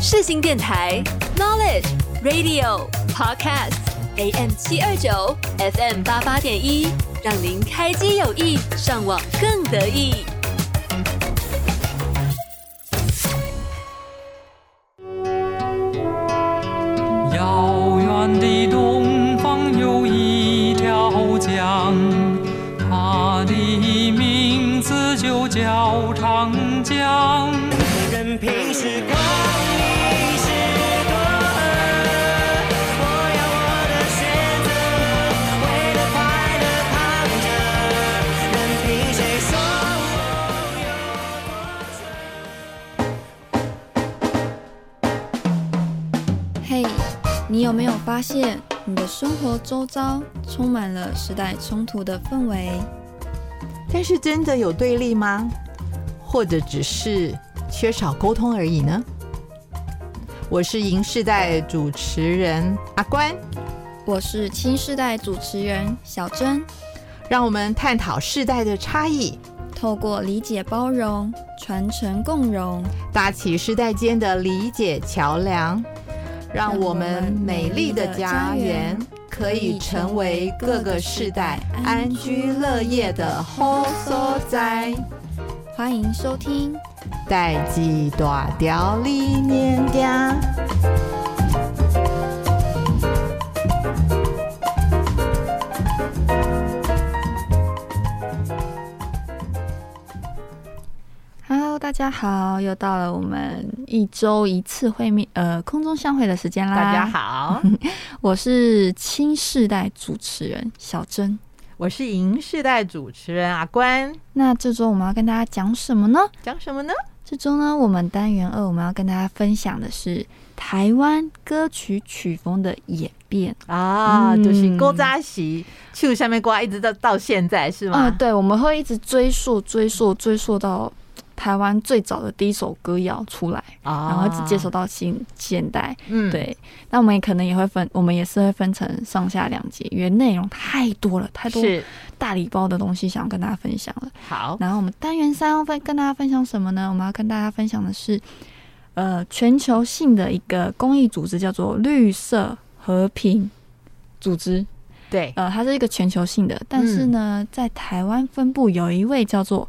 世新电台 Knowledge Radio Podcast AM 七二九 FM 八八点一，让您开机有意，上网更得意。遥远的东方有一条江，它的名字就叫长江。任凭时光一逝多尔，我有我的选择，为了快乐躺着，任凭谁说我有多蠢。嘿、你有没有发现你的生活周遭充满了时代冲突的氛围？但是真的有对立吗？或者只是缺少沟通而已呢？我是银世代主持人阿关，我是新世代主持人小珍，让我们探讨世代的差异，透过理解包容，传承共荣。搭起世代间的理解桥梁，让我们美丽的家园可以成为各个世代安居乐业的好所在。欢迎收听，代际大调理念家。 Hello，大家好，又到了我们一周一次会面，呃，空中相会的时间啦。大家，好， 我是新世代主持人小珍。我是银世代主持人阿关，那这周我们要跟大家讲什么呢？讲什么呢？这周呢，我们单元二我们要跟大家分享的是台湾歌曲曲风的演变。啊，嗯就是勾扎席，去下面瓜一直到到现在是吗？嗯，对，我们会一直追溯、追溯、追溯到台湾最早的第一首歌谣出来，啊然后一直接手到现现代。嗯，对，那我们也可能也会分，我们也是会分成上下两集，因为内容太多了，太多是大礼包的东西想要跟大家分享了。好然后我们单元三要分跟大家分享什么呢？我们要跟大家分享的是，呃，全球性的一个公益组织叫做绿色和平组织，对呃，它是一个全球性的，但是呢，嗯在台湾分部有一位叫做。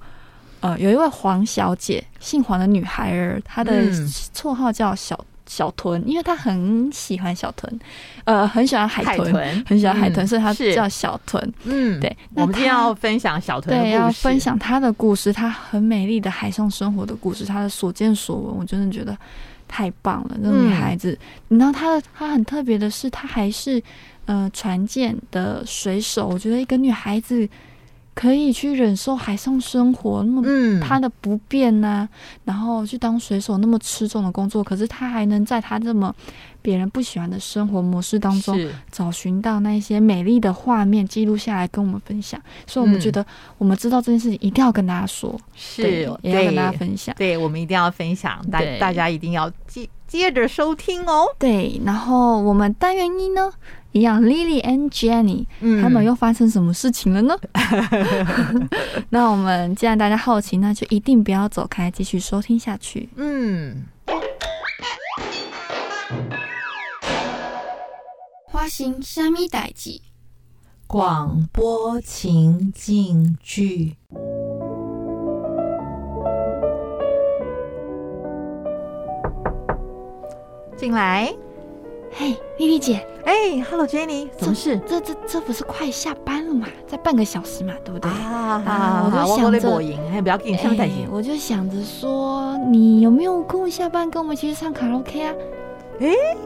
呃，有一位黄小姐，姓黄的女孩儿，她的嗯绰号叫小、小豚，因为她很喜欢小豚，呃，很喜欢海海豚，豚，很喜欢海豚，嗯所以她是叫小豚。嗯，对，那我们今天她要分享小豚的对，故要事分享她的故事，她很美丽的海上生活的故事，她的所见所闻，我真的觉得太棒了。那个女嗯孩子，你知道她的她很特别的是，她还是呃船舰的水手。我觉得一个女孩子可以去忍受海上生活，那么嗯，她的不便呐、然后去当水手那么吃重的工作，可是她还能在她这么别人不喜欢的生活模式当中是找寻到那一些美丽的画面，记录下来跟我们分享。所以我嗯们觉得，我们知道这件事情，一定要跟大家说，对是，也要跟对大家分享。对，我们一定要分享，大对大家一定要接接着收听哦。对，然后我们单元一呢，一样，Lily and Jenny，、嗯他们又发生什么事情了 呢？那我们既然大家好奇，那就一定不要走开，继续收听下去。嗯，花心虾米代记，广播情境剧。进来，嘿，丽丽姐，哎，Hello Jenny，怎么事？这这这不是快下班了嘛？再半个小时嘛，对不对？啊我就我想咧着无闲，哎，不要紧，上面代哎，行。我就想着说，你有没有空下班跟我们一起去唱卡拉 OK 啊？哎哎，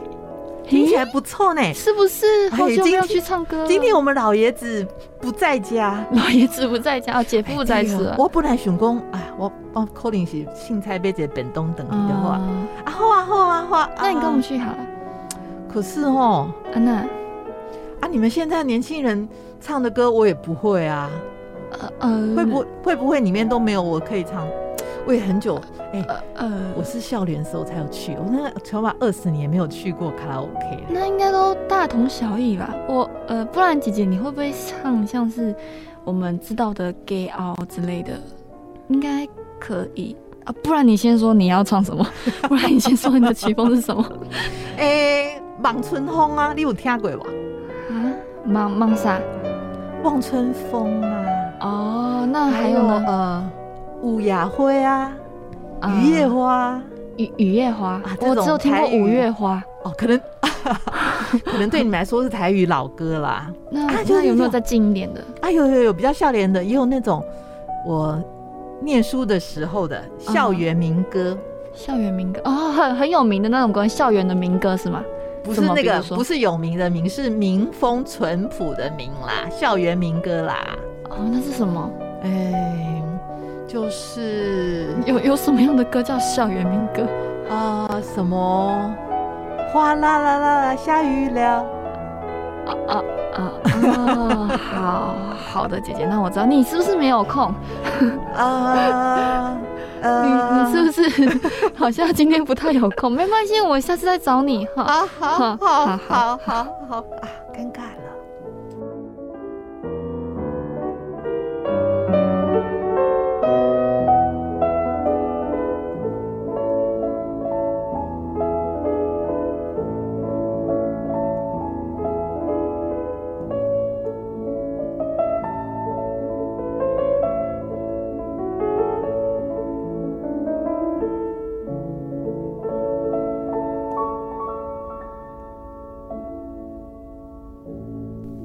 听起来不错呢。是不是好久没有今天去唱歌了？今天我们老爷子不在家，老爷子不在家，哦，姐夫不在此对啊了。我本来想讲，哎，我我可能是凊彩买一个便当等你的话，嗯啊好啊好啊好啊。那你跟我们啊，去好了。可是哦，啊，那啊，你们现在年轻人唱的歌我也不会啊，呃呃，会不会不会里面都没有我可以唱？我也很久，哎、呃呃，我是笑脸的时候才有去，我那个起码二十年没有去过卡拉 OK 了。那应该都大同小异吧？我呃，不然姐姐你会不会唱像是我们知道的 gay 之类的？应该可以。啊，不然你先说你要唱 什么，不然你先说你的曲风是什么嗯诶，望春风啊，你有听过吗？啊？忙忙啥？望春风啊，哦，那还有呢？呃，五雅花啊，啊雨夜花啊，雨雨夜花啊，这我种只有听过台语五月花。哦，可能 可能对你们来说是台语老歌啦。那啊就是那有没那种有再近一点的？啊，有有有比较笑脸的，也有那种我念书的时候的嗯校园民歌，校园民歌哦，很很有名的那种关于校园的民歌是吗？不是怎么那比个如说不是有名的名，是民风淳朴的民啦，校园民歌啦。哦，那是什么？哎，就是有有什么样的歌叫校园民歌？啊、呃什么哗啦啦啦啦，下雨了。啊啊，好好的姐姐，那我知道你是不是没有空？ 啊，你呃，你是不是 好像今天不太有空？没关系，我下次再找你哈。啊，好好好好好好好啊，尴尬了。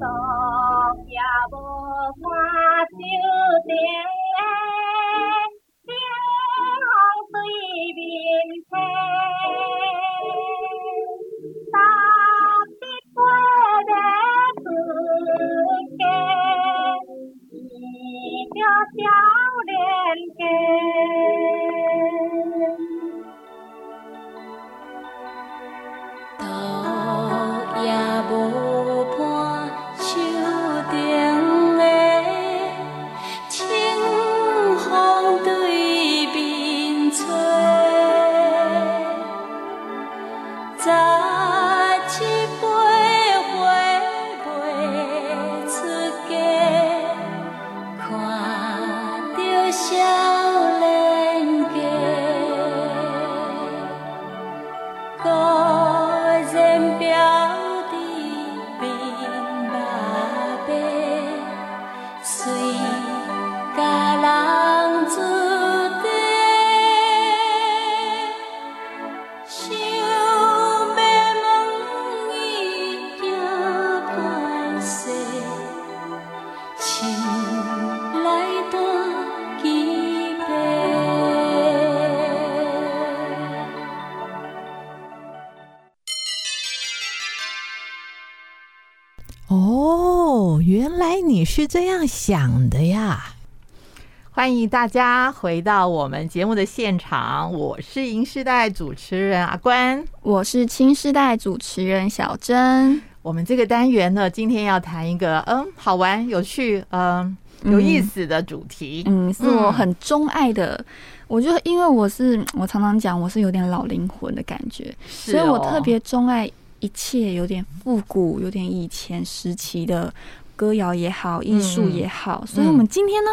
Dạ 豆也无伴，手中的清风对面吹，十七八岁袂出嫁，看着少年家。故然标伫面目白，随家人注定。想要问伊惊歹势，心内多疲惫。哦，原来你是这样想的呀！欢迎大家回到我们节目的现场，我是银世代主持人阿关。我是青世代主持人小珍，我们这个单元呢，今天要谈一个嗯好玩、有趣、嗯有意思的主题。嗯，是我很钟爱的。我就因为我是我常常讲我是有点老灵魂的感觉，是所以我哦特别钟爱一切有点复古、有点以前时期的歌谣也嗯好、艺术也好。所以，我们今天呢，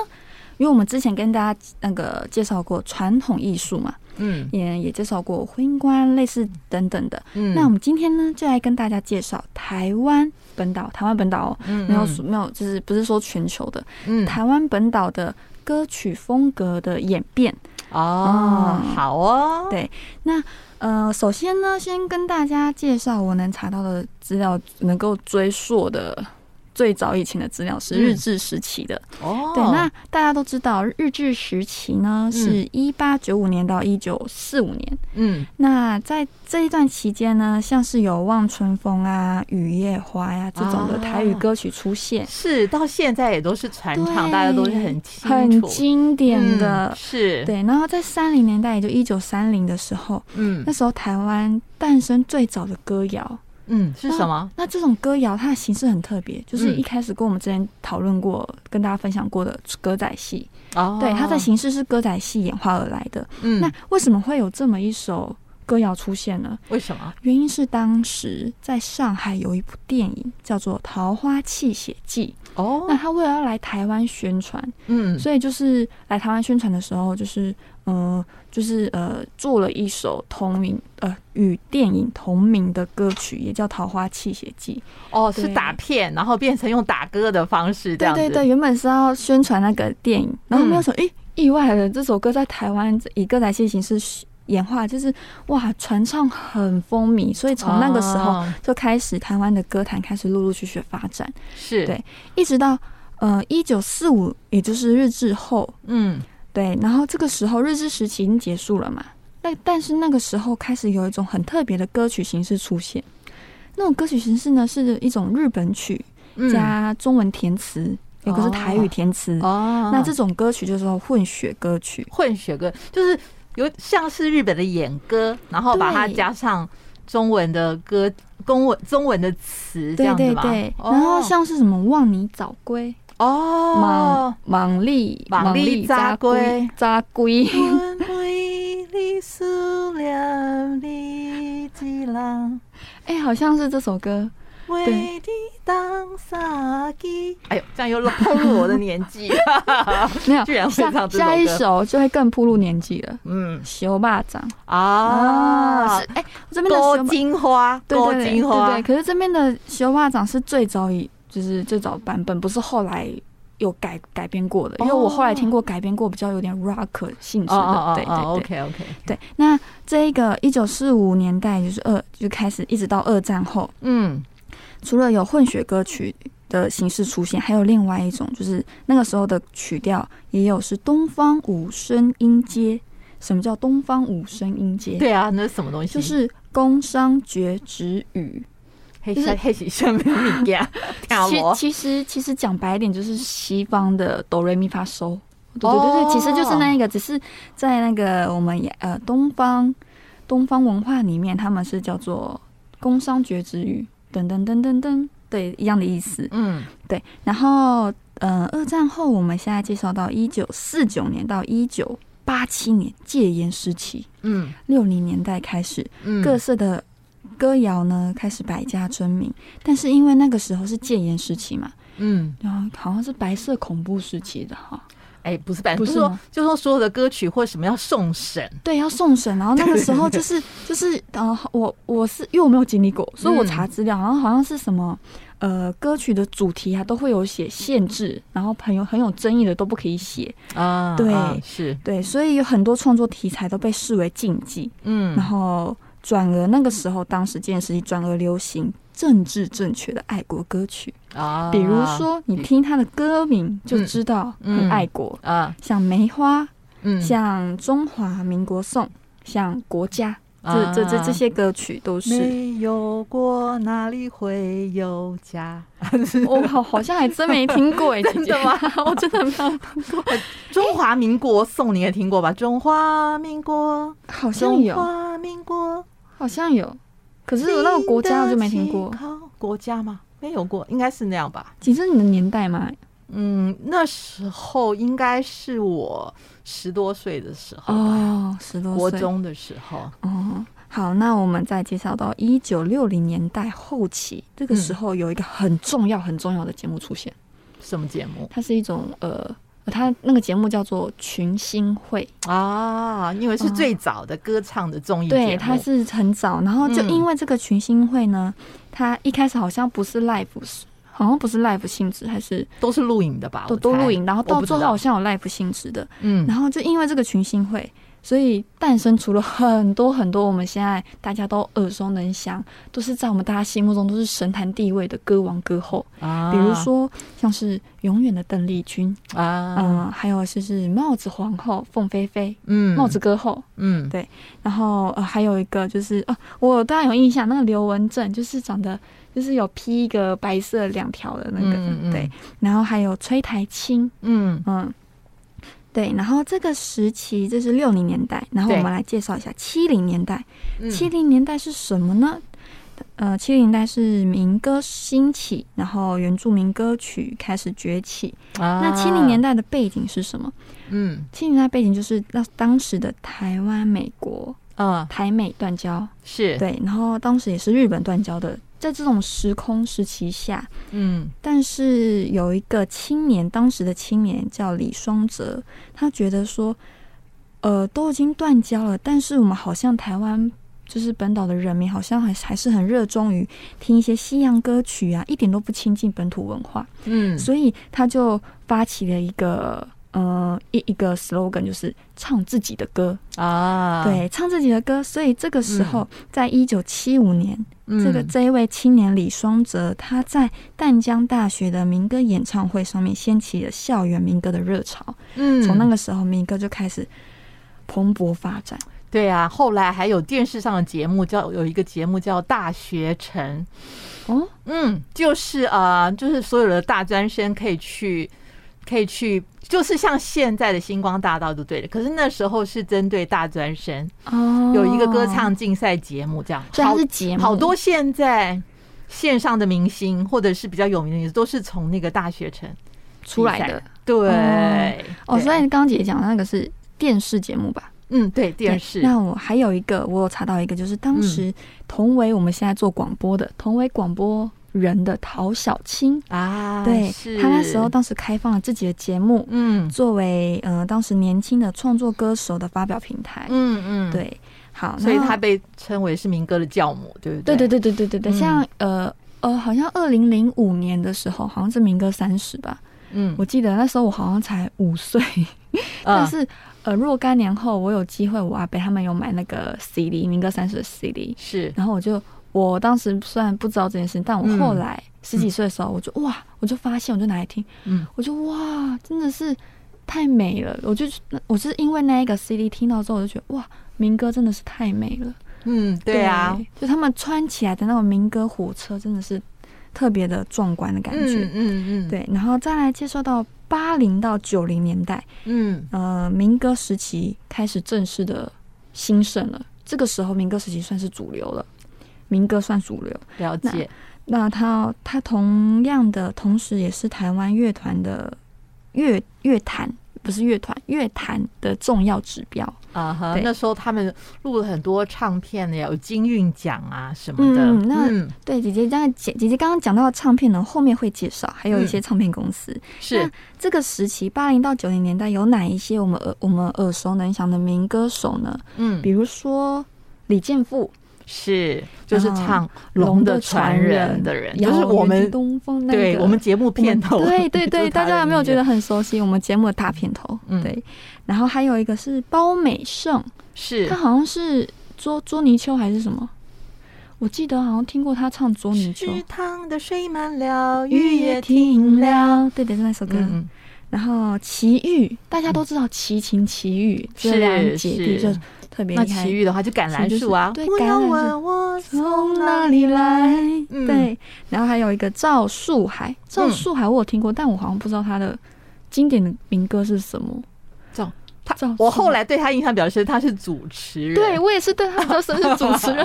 因为我们之前跟大家那个介绍过传统艺术嘛，嗯也也介绍过婚姻观类似等等的。嗯那我们今天呢，就来跟大家介绍台湾本岛，台湾本岛哦，嗯没有嗯没有，就是不是说全球的，嗯台湾本岛的歌曲风格的演变。哦嗯好哦对呃，首先呢，先跟大家介绍我能查到的资料，能够追溯的最早以前的资料是嗯日治时期的。哦对，那大家都知道，日治时期呢是一八九五年到一九四五年。嗯那在这一段期间呢，像是有《望春风》啊、《雨夜花、呀这种的啊台语歌曲出现，是到现在也都是传唱，对大家都是很清楚很经典的嗯。是对，然后在三零年代，也就一九三零的时候，嗯那时候台湾诞生最早的歌谣，嗯是什么？那这种歌谣它的形式很特别，就是嗯一开始跟我们之前讨论过、跟大家分享过的歌仔戏，哦对，它的形式是歌仔戏演化而来的。嗯那为什么会有这么一首歌谣出现了。为什么？原因是当时在上海有一部电影叫做《桃花泣血记》，哦那，他为了要来台湾宣传，嗯，所以就是来台湾宣传的时候，就是嗯、呃就是呃，做了一首同名呃与电影同名的歌曲，也叫《桃花泣血记》。哦，是对打片，然后变成用打歌的方式这对样子。嗯对对，原本是要宣传那个电影，然后没有想，诶、意外的这首歌在台湾以歌仔戏形式演化，就是哇，传唱很风靡，所以从那个时候哦就开始台湾的歌坛开始陆陆续续发展，是，对一直到呃一九四五，也就是日治后，嗯，对，然后这个时候日治时期已经结束了嘛，那但是那个时候开始有一种很特别的歌曲形式出现，那种歌曲形式呢是一种日本曲嗯加中文填词，有个是台语填词。哦，那这种歌曲就是说混血歌曲，混血歌就是有像是日本的演歌，然后把它对加上中文的歌。中文中文的词这对样子对吗？对。哦然后像是什么望你早归、哦莽， 莽丽、莽丽扎龟、扎龟，滚回你思念你一人， 哎，好像是这首歌。为你当傻鸡。哎呦，这样又露透露我的年 纪，没有，居然会下唱这首下一歌首就会更铺路年纪了，嗯修霸掌。啊是，哎、我这边的勾熊金花，对勾对对金花对对，，可是这边的熊霸掌是最早以就是最早版本，不是后来有改改编过的，因为我后来听过改编过比较有点 rock 性哦质的，对对对。 ，OK OK，对，那这一个一九四五年代就是二就开始，一直到二战后，嗯，除了有混血歌曲的形式出现，还有另外一种，就是那个时候的曲调也有是东方五声音阶。什么叫东方五声音阶？对啊，那是什么东西？就是工商角徵羽。黑就是黑喜生命物 件，听啊其无？其实其实讲白一点，就是西方的哆瑞咪发嗦。对对对对，其实就是那一个，只是在那个我们也呃东方东方文化里面，他们是叫做工商角徵羽，噔噔噔噔噔，对，一样的意思。嗯，对，然后呃，二战后，我们现在介绍到一九四九年到一九八七年戒严时期，嗯六零年代开始，嗯，各色的歌谣呢开始百家争鸣，但是因为那个时候是戒严时期嘛，嗯，然后好像是白色恐怖时期的哈，哎，不是版，不不是是说吗，就说所有的歌曲或什么要送审， 对，要送审，然后那个时候就是 就是呃，我我是因为我没有经历过，所以我查资料，然后好像是什么。呃，歌曲的主题啊，都会有写限制，然后很有很有争议的都不可以写，啊，对啊是，对，所以有很多创作题材都被视为禁忌，嗯然，后转而那个时候，当时件事情转而流行政治正确的爱国歌曲，啊比如说你听他的歌名就知道很爱国，啊，像《梅花》嗯，像《中华民国颂》、像《国家》这这这这些歌曲都是。没有过哪里会有家？ 我好好像还真没听过 哎，姐姐真的吗？我真的没有， 中华民国颂你也听过吧？中华民国，好像中有，华民国，好像有，可是有那个国家我就没听过立。得起靠国家吗？没有过，应该是那样吧。其实你的年代嘛，嗯，那时候应该是我十多岁的时候吧，哦，十多岁，国中的时候。哦，好，那我们再介绍到一九六零年代后期，这个嗯时候有一个很重要、很重要的节目出现，什么节目它是一种呃，它那个节目叫做群星会，啊？因为是最早的歌唱的综艺节目，对，它是很早，然后就嗯因为这个群星会呢，它一开始好像不是 live，好像不是 live 性质，还是都是录影的吧？都我都猜录影，然后我到不知最后道好像有 live 性质的，嗯然后就因为这个群星会，所以诞生出了很多很多我们现在大家都耳熟能详，都是在我们大家心目中都是神坛地位的歌王歌后，啊，比如说像是永远的邓丽君，嗯、啊，还有就是帽子皇后凤飞飞，嗯帽子歌后，嗯然后呃还有一个就是哦、我当然有印象，那个刘文正就是长得就是有披一个白色两条的那个，嗯嗯对，然后还有崔台青，嗯嗯，对。然后这个时期这是六零年代，然后我对们来介绍一下七零年代。嗯七零年代是什么呢？呃，七零年代是民歌兴起，然后原住民歌曲开始崛起。那那七零年代的背景是什么？啊嗯七零年代背景就是那当时的台湾、美国嗯，台美断交，是，对，然后当时也是日本断交的，在这种时空时期下，嗯但是有一个青年，当时的青年叫李双泽，他觉得说，呃，都已经断交了，但是我们好像台湾就是本岛的人民，好像还还是很热衷于听一些西洋歌曲啊，一点都不亲近本土文化，嗯，所以他就发起了一个。呃，一一个 slogan 就是唱自己的歌，啊，对，唱自己的歌。所以这个时候，在一九七五年，嗯，这个这一位青年李双泽，他在淡江大学的民歌演唱会上面掀起了校园民歌的热潮，嗯，从那个时候民歌就开始蓬勃发展。对啊，后来还有电视上的节目叫有一个节目叫《大学城》，哦，嗯，就是呃，就是所有的大专生可以去，可以去，就是像现在的星光大道就对了。可是那时候是针对大专生，哦有一个歌，唱竞赛节目，这样所以它是节目，好多现在线上的明星或者是比较有名的名字，都是从那个大学城出来比的赛。对哦，哦。对所以刚刚姐姐讲的那个是电视节目吧？嗯，对，电对视嗯那我还有一个，我有查到一个，就是当时同为我们现在做广播的，同为广播人的陶小青，啊，对是他那时候当时开放了自己的节目，嗯作为呃当时年轻的创作歌手的发表平台。嗯嗯，，对，好，所以那他被称为是民歌的教母，对不对对对对，对对对对对，嗯像呃呃，好像二零零五年的时候，好像是民歌三十吧，嗯，我记得那时候我好像才五岁，但嗯是呃若干年后，我有机会，我阿伯他们有买那个 CD 民歌三十的 CD，是然后我就。我当时虽然不知道这件事情，但我后嗯来十几岁的时候，我就哇，我就发现，我就拿来听，嗯我就哇，真的是太美了！我就我是因为那一个 CD 听到之后，我就觉得哇，民歌真的是太美了。嗯，对啊，，就他们穿起来的那种民歌火车，真的是特别的壮观的感觉。嗯嗯嗯，，对，然后再来介绍到八零到九零年代，嗯呃，民歌时期开始正式的兴盛了。这个时候，民歌时期算是主流了，民歌算主流。了解，那它它同样的，同时也是台湾乐团的乐乐坛，不是乐团乐坛的重要指标。啊哈，对那时候他们录了很多唱片的呀，有金韵奖啊什么的，嗯那嗯对，姐姐刚才姐姐姐刚刚讲到的唱片呢，后面会介绍，还有一些唱片公司。是那这个时期，八零到九零年代有哪一些我们耳我们耳熟能详的民歌手呢？嗯比如说李健富，是，就是然后唱《龙龙嗯的的传传人人》的人，遥就是我远的们东方那对个我们节目片头，我们对对 就是对，他大的家有没有音觉乐得很熟悉？我们节目的大片头，嗯对。然后还有一个是包美胜，是他好像是捉捉泥鳅还是什么？我记得好像听过他唱捉泥鳅，池塘的水满了，雨雨也也停停了。了，对对，是那首歌。嗯，然后齐豫，大家都知道齐秦、齐豫这是两姐弟是就特别那厉害其。余的话就橄榄树啊，就是对不要橄榄树问我从从哪哪里里来来。？嗯对，然后还有一个赵树海，赵树海我有听过，但我好像不知道他的经典的民歌是什么。赵他，赵我树后来对他印象比较深，他是主持人。对我也是对他比较深是主 持人。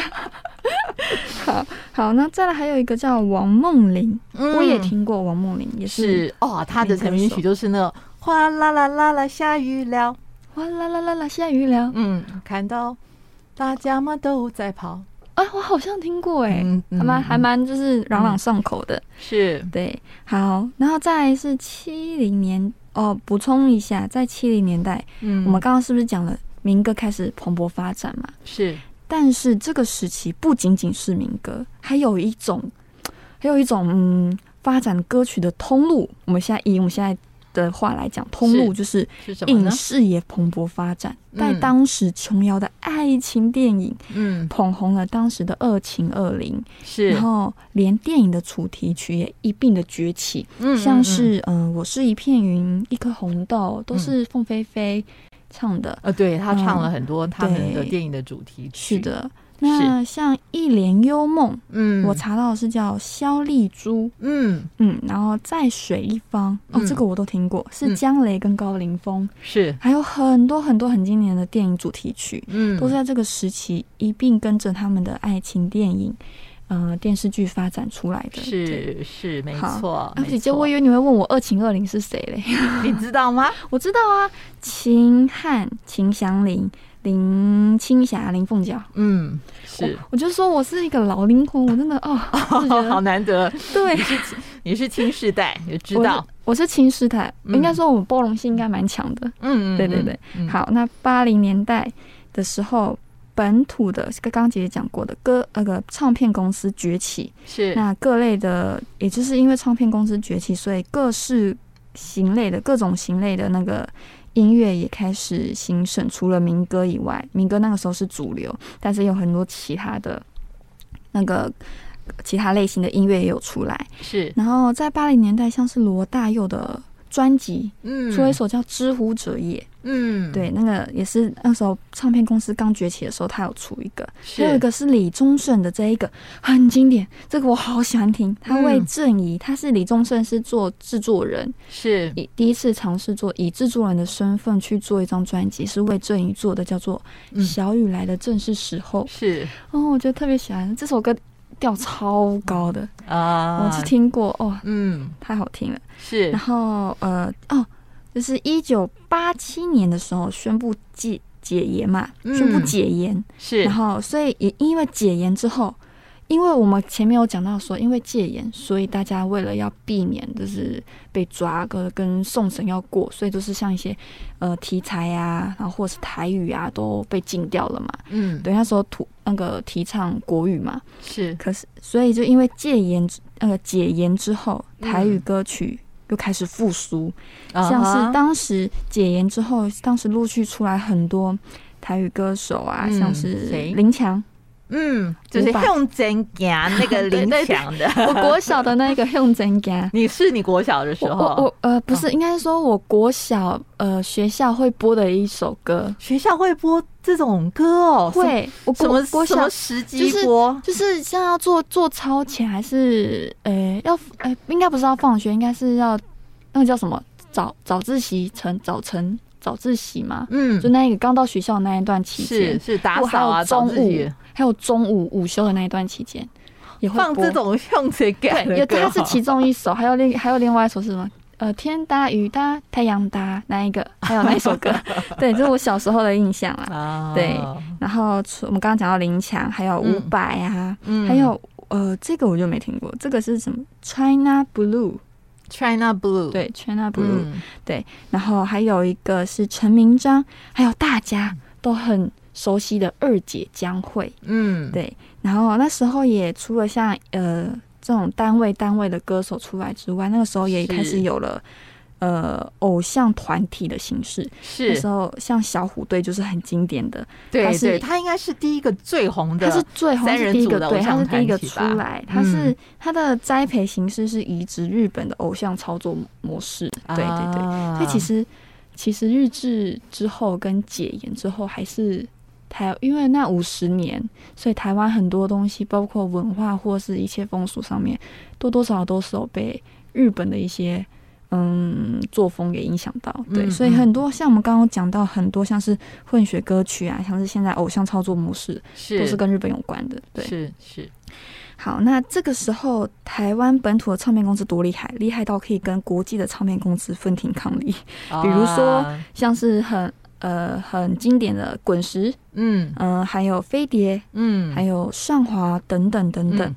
好好，那再来还有一个叫王梦玲，嗯我也听嗯过王梦玲，也是是哦，他的成名曲就是那个哗啦啦啦啦下雨了，哇啦啦啦啦下雨了嗯，看到大家嘛都在跑，啊，我好像听过哎、嗯嗯还蛮还嗯蛮就是朗朗上口的。是对，好，然后再来是七零年哦，补充一下，在七零年代，嗯我们刚刚是不是讲了民歌开始蓬勃发展嘛？是但是这个时期不仅仅是民歌，还有一种，还有一种嗯，发展歌曲的通路。我们现在以我们现在的话来讲，通路是就是是什么影呢？视也蓬勃发展。嗯在当时琼瑶的爱情电影嗯，捧红了当时的二情二零，是然，后连电影的主题曲也一并的崛起，嗯像是嗯、呃我是一片云，一颗红豆，嗯都是凤飞飞唱的。呃，对他唱了嗯很多他们的对电影的主题曲。是，的，那像《一帘幽梦》，嗯，我查到的是叫萧丽珠，嗯嗯，然后在水一方，哦，嗯这个我都听过，是嗯江雷跟高凌风，是，还有很多很多很经典的电影主题曲，嗯，都是在这个时期一并跟着他们的爱情电影，呃，电视剧发展出来的。对。是是没好错。啊，没姐姐，错我以为你会问我二情二零是谁嘞？ 你知道吗？我知道啊，秦汉、秦祥林、林青霞、林凤娇。嗯，是，我就说我是一个老灵魂，我真的 哦，我就觉好得难得，对，你是青世代，你知我是道，我是青师太，嗯应该说我们包容性应该蛮强的。嗯，嗯对对对，，嗯，好，那八零年代的时候，本土的刚刚姐姐讲过的歌那个唱片公司崛起，是，那各类的，也就是因为唱片公司崛起，所以各式型类的各种型类的那个。音乐也开始兴盛，除了民歌以外，民歌那个时候是主流，但是有很多其他的那个其他类型的音乐也有出来。是，然后在八零年代，像是罗大佑的专辑，嗯，出了一首叫《知乎者也》，嗯，，对，那个也是那时候唱片公司刚崛起的时候，他有出一个，还有一是，个是李宗盛的这一个很经典，这个我好喜欢听。他为嗯郑怡，他是李宗盛是做制作人，是，以第一次尝试做以制作人的身份去做一张专辑，是为郑怡做的，叫做嗯《小雨来的正是时候》。是哦，我觉得特别喜欢这首歌，调超高的，啊，我是，听过哦，嗯，太好听了。是然，后呃哦，就是一九八七年的时候宣布解解严嘛，嗯宣布解严，是然，后所以也因为解严之后。因为我们前面有讲到说，因为戒严，所以大家为了要避免就是被抓跟跟送审要过，所以就是像一些呃题材啊，然后或是台语啊都被禁掉了嘛。嗯，，对，那时候土那个啊提倡国语嘛，是，可是，所以就因为戒严之呃那个解严之后，嗯台语歌曲又开始复苏，嗯啊像哈是当时解严之后，当时陆续出来很多台语歌手啊，嗯像是谁林强，嗯，就是五百用真牙那个 对林对对强的。我国小的那个用真家。 你是你国小的时我候，我我呃不是，嗯应该是说我国小呃学校会播的一首歌，学校会播这种歌哦，会我什么国什国么什小么时就机是播？就是像要做做操前还是呃、要呃应该不是要放学，应该是要那个叫什么早早自习晨早晨早自习嘛，嗯就那一个刚到学校的那一段期是间，是打我还扫啊，有中早自习午还有中午午休的那一段期间也会放播这种用这个，对，有它是啊其中一首，还有另还有另外一首是什么？呃，天大雨大太阳大那一 个，还有那一首歌，对，这是我小时候的印象啦。啊对然后除我们刚刚讲到林强，还有伍嗯佰啊，嗯还有呃，这个我就没听过，这个是什么？China Blue， China Blue，，对，China Blue、嗯，然后还有一个是陈明章，还有大家都很熟悉的二姐江蕙，嗯，对。然后那时候也除了像呃这种单位单位的歌手出来之外，那个时候是也开始有了。呃，偶像团体的形式，是那时，候像小虎队就是很经典的，对它是对，他应该是第一个最红的，他是最红三是人第一组个，的对，偶他像是第一团个体出吧来，他是嗯他的栽培形式是移植日本的偶像操作模式，对对对。啊所以其实其实日治之后跟解严之后还是。台因为那五十年，所以台湾很多东西，包括文化或是一切风俗上面，多多少少都是有被日本的一些嗯作风给影响到。对，嗯所以嗯很多像我们刚刚讲到很多像是混血歌曲啊，像是现在偶像操作模式，是都是跟日本有关的。对，是是，好，那这个时候台湾本土的唱片公司多厉害，厉害到可以跟国际的唱片公司分庭抗礼，比比如说啊像是很呃很经典的滚石，嗯嗯、还有飞碟，嗯，还有上华等等等等。嗯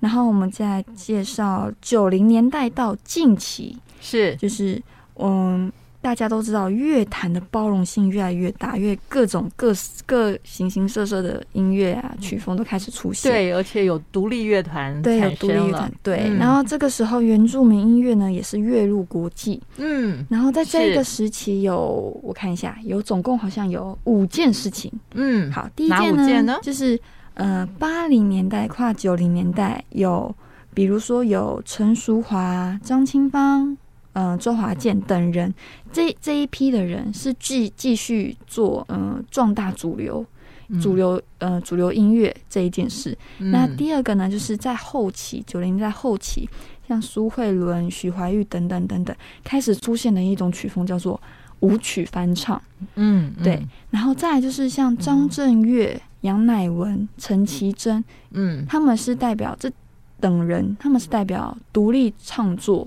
然后我们再介绍九零年代到近期，是就是嗯。大家都知道，乐坛的包容性越来越大，越各种各各形形色色的音乐啊、嗯曲风都开始出现。对，而且有独立乐团对，有产独立生乐了团，对。嗯然后这个时候，原住民音乐呢也是月入国际。嗯然后在这一个是时期有，我看一下，有总共好像有五件事情。嗯，好，第一哪件五呢，件呢就是呃，八零年代跨九零年代有，比如说有陈淑华、张清芳。呃，周华健等人，这这一批的人是继继续做呃壮大主流、嗯主流呃主流音乐这一件事。那嗯第二个呢，就是在后期九零年代后期，像苏慧伦、许怀玉等等等等，开始出现的一种曲风叫做舞曲翻唱。嗯嗯对然后再来就是像张震岳、杨乃文、陈绮贞，嗯他们是代表这等人，他们是代表独立创作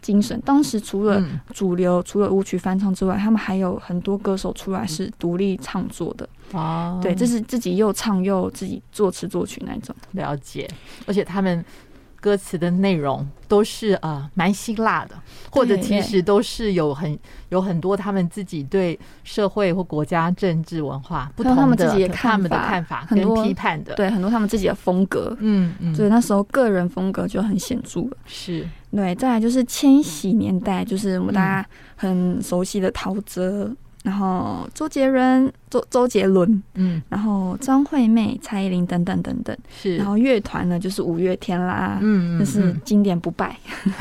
精神。当时除了嗯主流、除了舞曲翻唱之外，他们还有很多歌手出来是独立创作的，哦，对，这是自己又唱又自己作词作曲那一种。了解，而且他们歌词的内容都是啊蛮辛辣的，或者对其实都是有很有很多他们自己对社会或国家政治文化不还同有他的们自己的看他们的法看法很跟多批判的，，对，很多他们自己的风格，嗯嗯，所以那时候个人风格就很显著了。是对，再来就是千禧年代，就是我们大嗯家很熟悉的陶喆，然后周杰伦、周周杰伦，嗯然后张惠妹、蔡依林等等等等。是，然后乐团呢，就是五月天啦，嗯嗯就嗯是经典不败。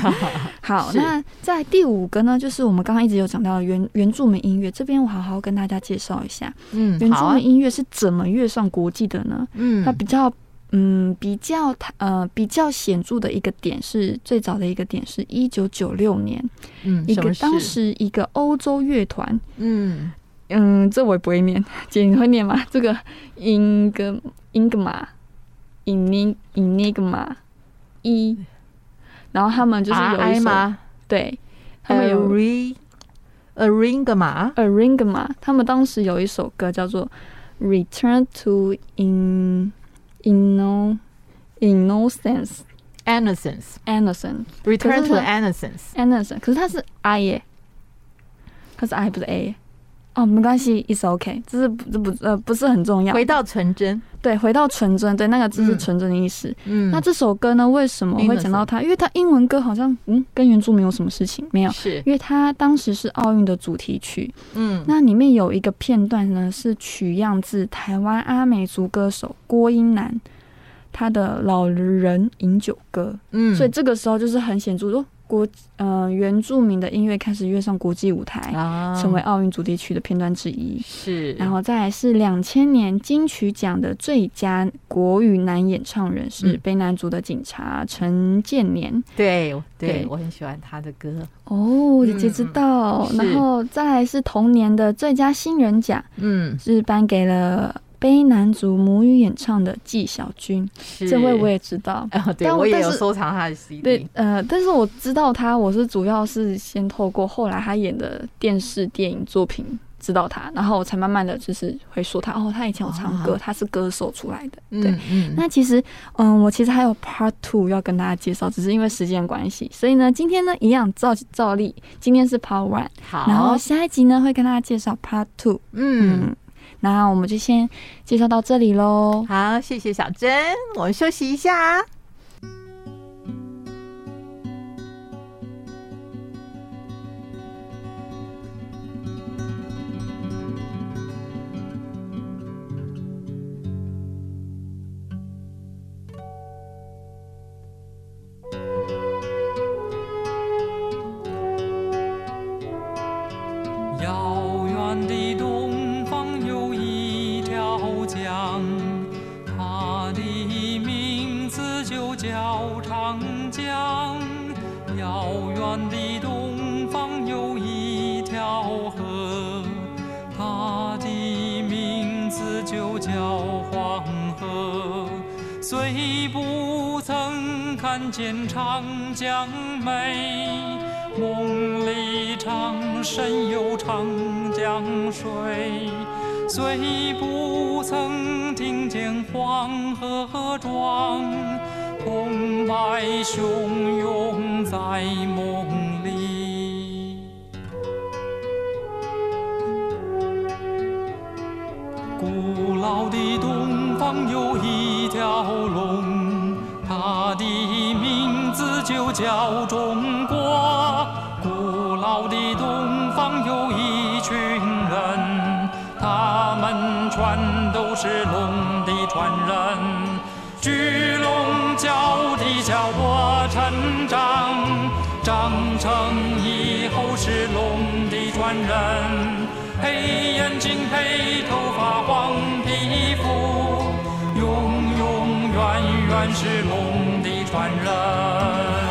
好，是那在第五个呢，就是我们刚刚一直有讲到的原原住民音乐，这边我好好跟大家介绍一下，嗯原好住啊民音乐是怎么跃上国际的呢？嗯它比较嗯比较它呃比较显著的一个点是最早的一个点是一九九六年，嗯一什个么当事时一个欧洲乐团，嗯嗯，这我也不会念， 姐你会念吗？这个 in 个 in 个嘛，in in 那个嘛一，E，然后他们就是有一 RI 首、吗？对，他们有 Ari Aringama a r i n g a m a 他们当时有一首歌叫做《Return to In Inno Innocence Innocence Innocent》 Return 可 to 是 Innocence Innocent，可是它是 I 耶，它是 I 不是 A 耶。哦，没关系，It's OK，这是不这不呃不是很重要。回到纯真，对，回到纯真，对，那个字是嗯纯真的意思。嗯那这首歌呢，为什么会讲到它？因为它英文歌好像嗯跟原著没有什么事情，没有，是因为它当时是奥运的主题曲。嗯那里面有一个片段呢，是取样自台湾阿美族歌手郭英男他的《老人饮酒歌》，嗯所以这个时候就是很显著，哦、国呃原住民的音乐开始跃上国际舞台，啊成为奥运主题曲的片段之一。是，然后再来是两千年金曲奖的最佳国语男演唱人是嗯卑南族的警察陈建年。对对对，我很喜欢他的歌，哦，姐姐嗯知嗯道。是然后再来是同年的最佳新人奖嗯，是颁给了卑南族母语演唱的纪晓君，是这位 我也知道。啊，对但我也但有是收藏他的 CD，对，呃，但是我知道他，我是主要是先透过后来他演的电视电影作品知道他，然后我才慢慢的就是会说他，哦，他以前有唱歌，啊他是歌手出来的，对。嗯嗯，那其实，嗯，我其实还有 Part Two 要跟大家介绍，只是因为时间关系，所以呢，今天呢一样照照例，今天是 Part One，然好后，下一集呢会跟大家介绍 Part Two。嗯，嗯，那我们就先介绍到这里喽。好，谢谢小珍，我们休息一下。遥远的东方有一条江，它的名字就叫长江。遥远的东方有一条河，它的名字就叫黄河。虽不曾看见长江美，梦里长身有长江水。虽不曾听见黄河壮，澎湃汹涌在梦里。古老的东方有一条龙，它的名字就叫中国。古老的东方有一群人，他们全都是龙的传人。巨龙脚底下我成长，长成以后是龙的传人。黑眼睛，黑头发，黄皮肤，永永远远是龙的传人。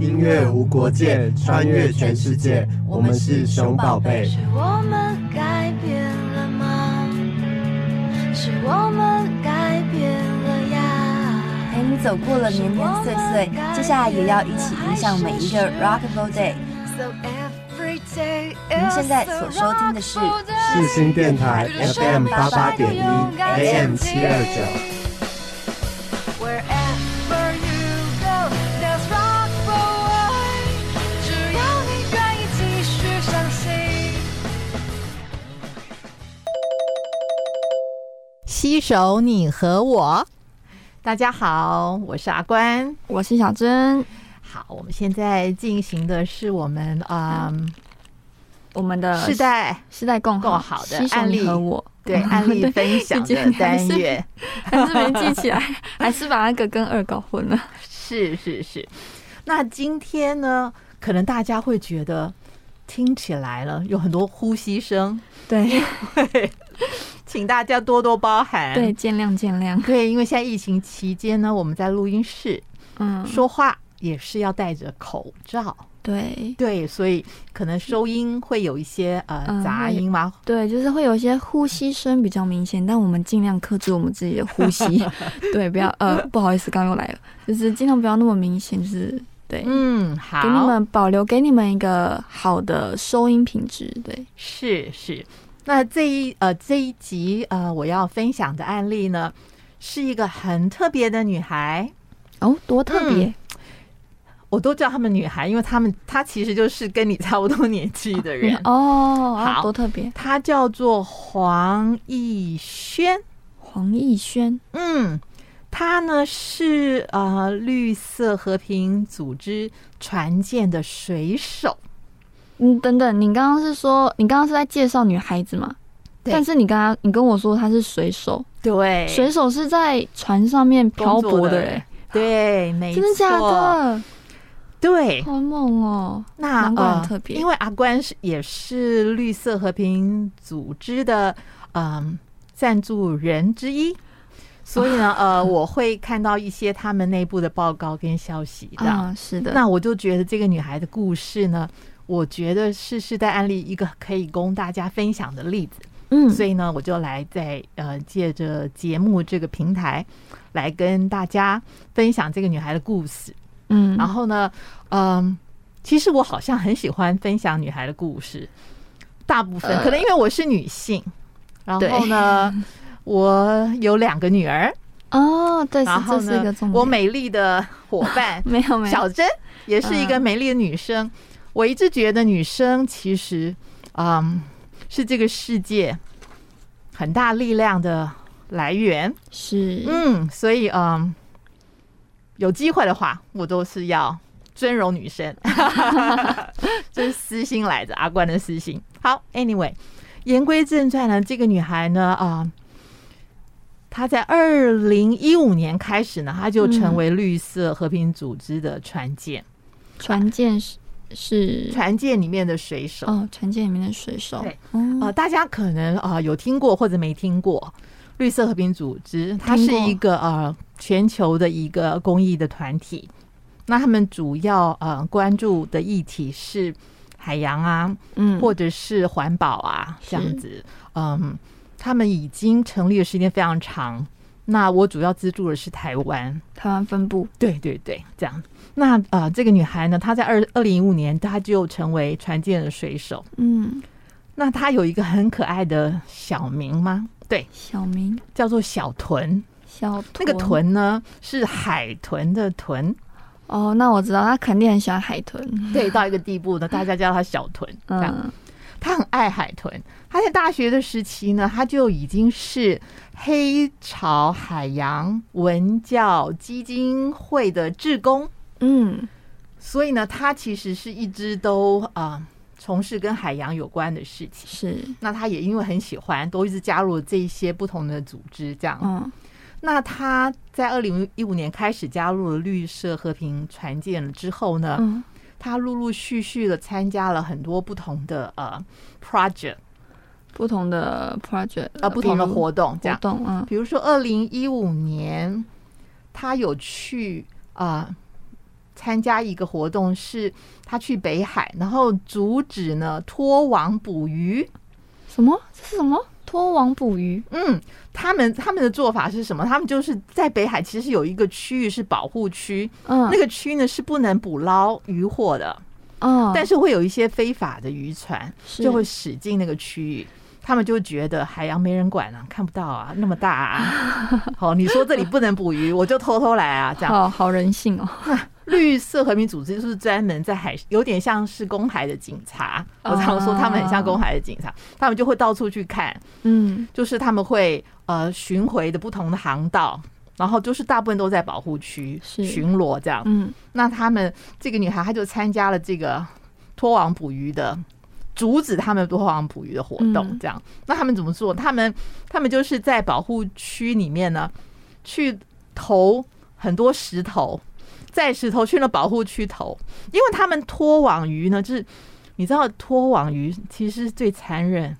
音乐无国界，穿越全世界，我们是熊宝贝。是我们改变了吗？是我们改变了呀。陪哎你走过了年年岁岁，接下来也要一起迎向每一个 Rockable Day。 So every day 您现在所收听的是世新电台 FM 八八点一，AM 七二九。 Wherever you go, there's rock boy。只要你愿意继续相信。携手你和我。大家好，我是阿关。我是小珍，好，我们现在进行的是我们嗯呃我们的世代世代共共好的携手案例你和我 对案例分享姐姐的你还单是元， 还是没记起来，还是把那个跟二搞混了。是是是。那今天呢，可能大家会觉得听起来了有很多呼吸声，对请大家多多包涵。 对，见谅见谅。对，因为现在疫情期间呢，我们在录音室嗯，说话也是要戴着口罩，对对，所以可能收音会有一些呃嗯杂会音嘛，对，就是会有一些呼吸声比较明显，但我们尽量克制我们自己的呼 吸。对，不要呃，不好意思，刚又来了，就是尽量不要那么明显，就是对。嗯，给你好，们保留给你们一个好的收音品质，对，是是。那这一呃这一集呃我要分享的案例呢，是一个很特别的女孩，哦，多特别，我都叫她们女孩，因为她们她其实就是跟你差不多年纪的人。 哦，好啊多特别，她叫做黄逸轩，黄逸轩，嗯，她呢是呃绿色和平组织船舰的水手，嗯，等等，你刚刚是说你刚刚是在介绍女孩子嘛？对但是你刚刚你跟我说她是水手，对水手是在船上面漂工作泊的的人人，对，没错，真的假？的？对，好猛哦！那难怪很呃特别因为阿关是也是绿色和平组织的嗯、赞助人之一，所以呢，啊呃，我会看到一些他们内部的报告跟消息的。啊，是的，那我就觉得这个女孩的故事呢，我觉得是世代案例一个可以供大家分享的例子，嗯，所以呢，我就来在呃借着节目这个平台来跟大家分享这个女孩的故事。嗯，然后呢，嗯，其实我好像很喜欢分享女孩的故事，大部分、可能因呃为我是女性，然后呢， 我有两个女儿，哦，对，是然后这是一个呢重，点，我美丽的 伙伴没有嗯没有小珍也是一个美丽的女生。我一直觉得女生其实，嗯，是这个世界很大力量的来源。是，嗯，所以嗯，有机会的话，我都是要尊荣女生， 这是私心来的，阿关的私心。好，anyway，言归正传呢，这个女孩呢，啊、她在二零一五年开始呢，她就成为绿色和平组织的船舰，船舰是是船舰里面的水手。哦，船舰里面的水手对，哦呃，，大家可能啊、呃有听过或者没听过绿色和平组织，它听是过一个呃全球的一个公益的团体。那他们主要呃关注的议题是海洋啊，嗯，或者是环保啊这样是子。嗯，他们已经成立的时间非常长。那我主要资助的是台湾，台湾分部，对对对，这样。那呃，这个女孩呢，她在二二零一五年，她就成为船舰的水手。嗯，那它有一个很可爱的小名吗？对，小明叫做小豚。小那个豚呢是海豚的豚，哦，那我知道，他肯定很喜欢海豚，对，到一个地步呢，大家叫它小豚。这样，嗯，它很爱海豚。它在大学的时期呢，它就已经是黑潮海洋文教基金会的志工，嗯，所以呢，它其实是一直都啊、呃从事跟海洋有关的事情。是，那他也因为很喜欢，都一直加入了这一些不同的组织，这样。嗯，那他在二零一五年开始加入了绿色和平船舰了之后呢，嗯他陆陆续续的参加了很多不同的呃 project 不同啊的 project 呃不同的比如活动，这活样。动，嗯，比如说二零一五年，他有去啊、呃参加一个活动，是他去北海，然后阻止呢拖网捕鱼。什么？这是什么？拖网捕鱼？嗯，他们他们的做法是什么？他们就是在北海，其实有一个区域是保护区，嗯，那个区呢是不能捕捞渔获的，嗯，但是会有一些非法的渔船是就会驶进那个区域。他们就觉得海洋没人管啊，看不到啊，那么大 啊。好，你说这里不能捕鱼，我就偷偷来啊，这样。好好人性哦。绿色和平组织就是专门在海，有点像是公海的警察。啊我常说他们很像公海的警察，他们就会到处去看，嗯，就是他们会呃巡回的不同的航道，然后就是大部分都在保护区是巡逻这样。嗯，那他们这个女孩，她就参加了这个拖网捕鱼的，阻止他们拖网捕鱼的活动嗯。这样，那他们怎么做？他们他们就是在保护区里面呢，去投很多石头，在石头去了保护区投，因为他们拖网鱼呢，就是你知道拖网鱼其实是最残忍、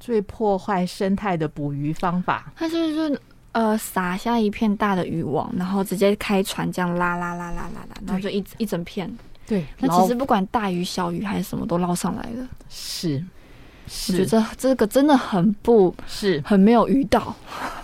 最破坏生态的捕鱼方法。他就是说呃撒下一片大的渔网，然后直接开船这样拉拉拉拉拉拉，然后就一一整片。对，那其实不管大鱼小鱼还是什么都捞上来了。是我觉是得这这个真的很不是，很没有鱼道，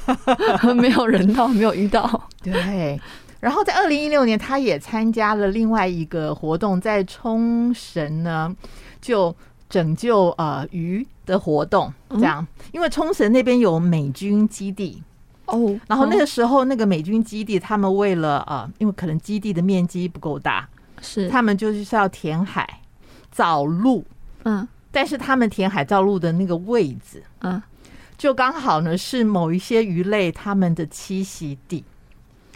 很没有人道，没有鱼道。对。然后在二零一六年，他也参加了另外一个活动，在冲绳呢，就拯救呃鱼的活动，嗯这样，因为冲绳那边有美军基地，哦，然后那个时候那个美军基地，他们为了呃，因为可能基地的面积不够大，是他们就是要填海造陆，嗯但是他们填海造陆的那个位置，嗯，就刚好呢是某一些鱼类它们的栖息地，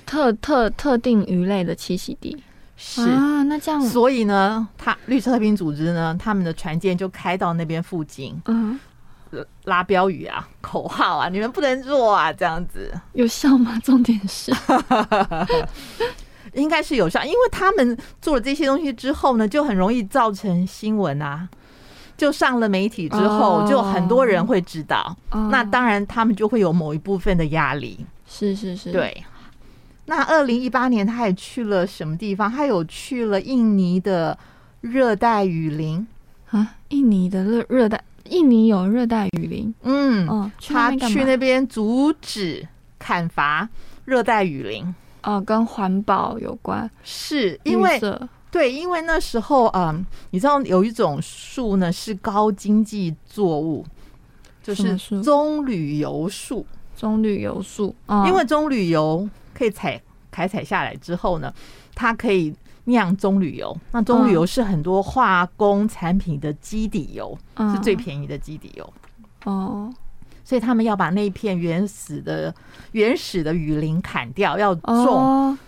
特特特定鱼类的栖息地是。啊，那这样所以呢，他绿色和平组织呢，他们的船舰就开到那边附近，嗯拉标语啊、口号啊，你们不能弱啊，这样子有效吗？重点 是应该是有效，因为他们做了这些东西之后呢，就很容易造成新闻啊，就上了媒体之后，哦就很多人会知道，哦那当然他们就会有某一部分的压力，是是是，，对。那二零一八年，他还去了什么地方？他有去了印尼的热带雨林，啊，印尼的热热带，印尼有热带雨林，嗯，哦，他边干去嘛那边阻止砍伐热带雨林，哦，跟环保有关，是因为绿色对，因为那时候嗯，你知道有一种树呢是高经济作物，就什是么树棕榈油树，棕榈油树，哦因为棕榈油可以采采采下来之后呢，它可以。酿棕榈油，那棕榈油是很多化工产品的基底油，啊是最便宜的基底油，嗯哦所以他们要把那一片原始的原始的雨林砍掉，要种哦，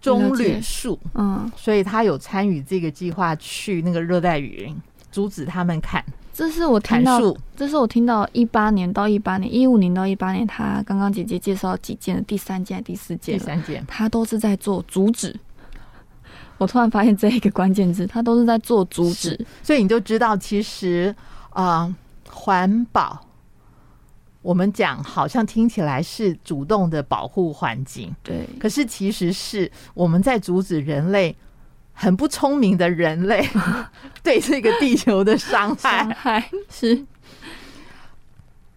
棕了解榈树，嗯，所以他有参与这个计划去那个热带雨林，阻止他们砍这是我听砍到树。这是我听到一八年到一八年，一五年到一八年，他刚刚姐姐介绍几件的第三件、第四第件了，三件，他都是在做阻止。我突然发现这一个关键字，他都是在做阻止。所以你就知道，其实啊、呃环保，我们讲好像听起来是主动的保护环境，对，可是其实是我们在阻止人类。很不聪明的人类 对这个地球的伤害伤，害是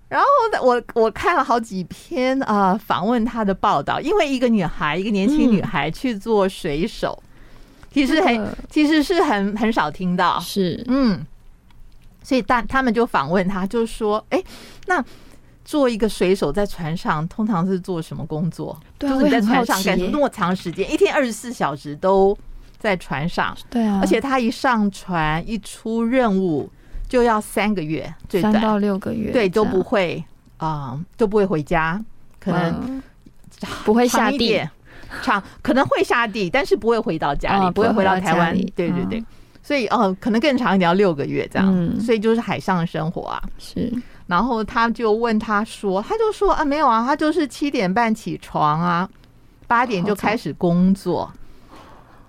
然后呢我我看了好几篇啊、呃访问她的报道，因为一个女孩，一个年轻女孩去做水手，其实这很个其实是很很少听到，是，嗯，所以大他们就访问她，就说，哎，那做一个水手在船上通常是做什么工作？对啊就是你在船我上也很干好奇耶那么长时间，一天二十四小时都在船上，对啊，而且她一上船一出任务就要三个月，最三短到六个月这样，对，都不会啊、都不会回家，可能嗯不会长下一地点，长可能会下地，但是不会回到家里，哦不会不会回到回到台家湾里。对对嗯对，所以哦，可能更长一点，要六个月这样。嗯所以就是海上的生活啊。是然后他就问他说，他就说啊，没有啊，他就是七点半起床啊，八点就开始工作。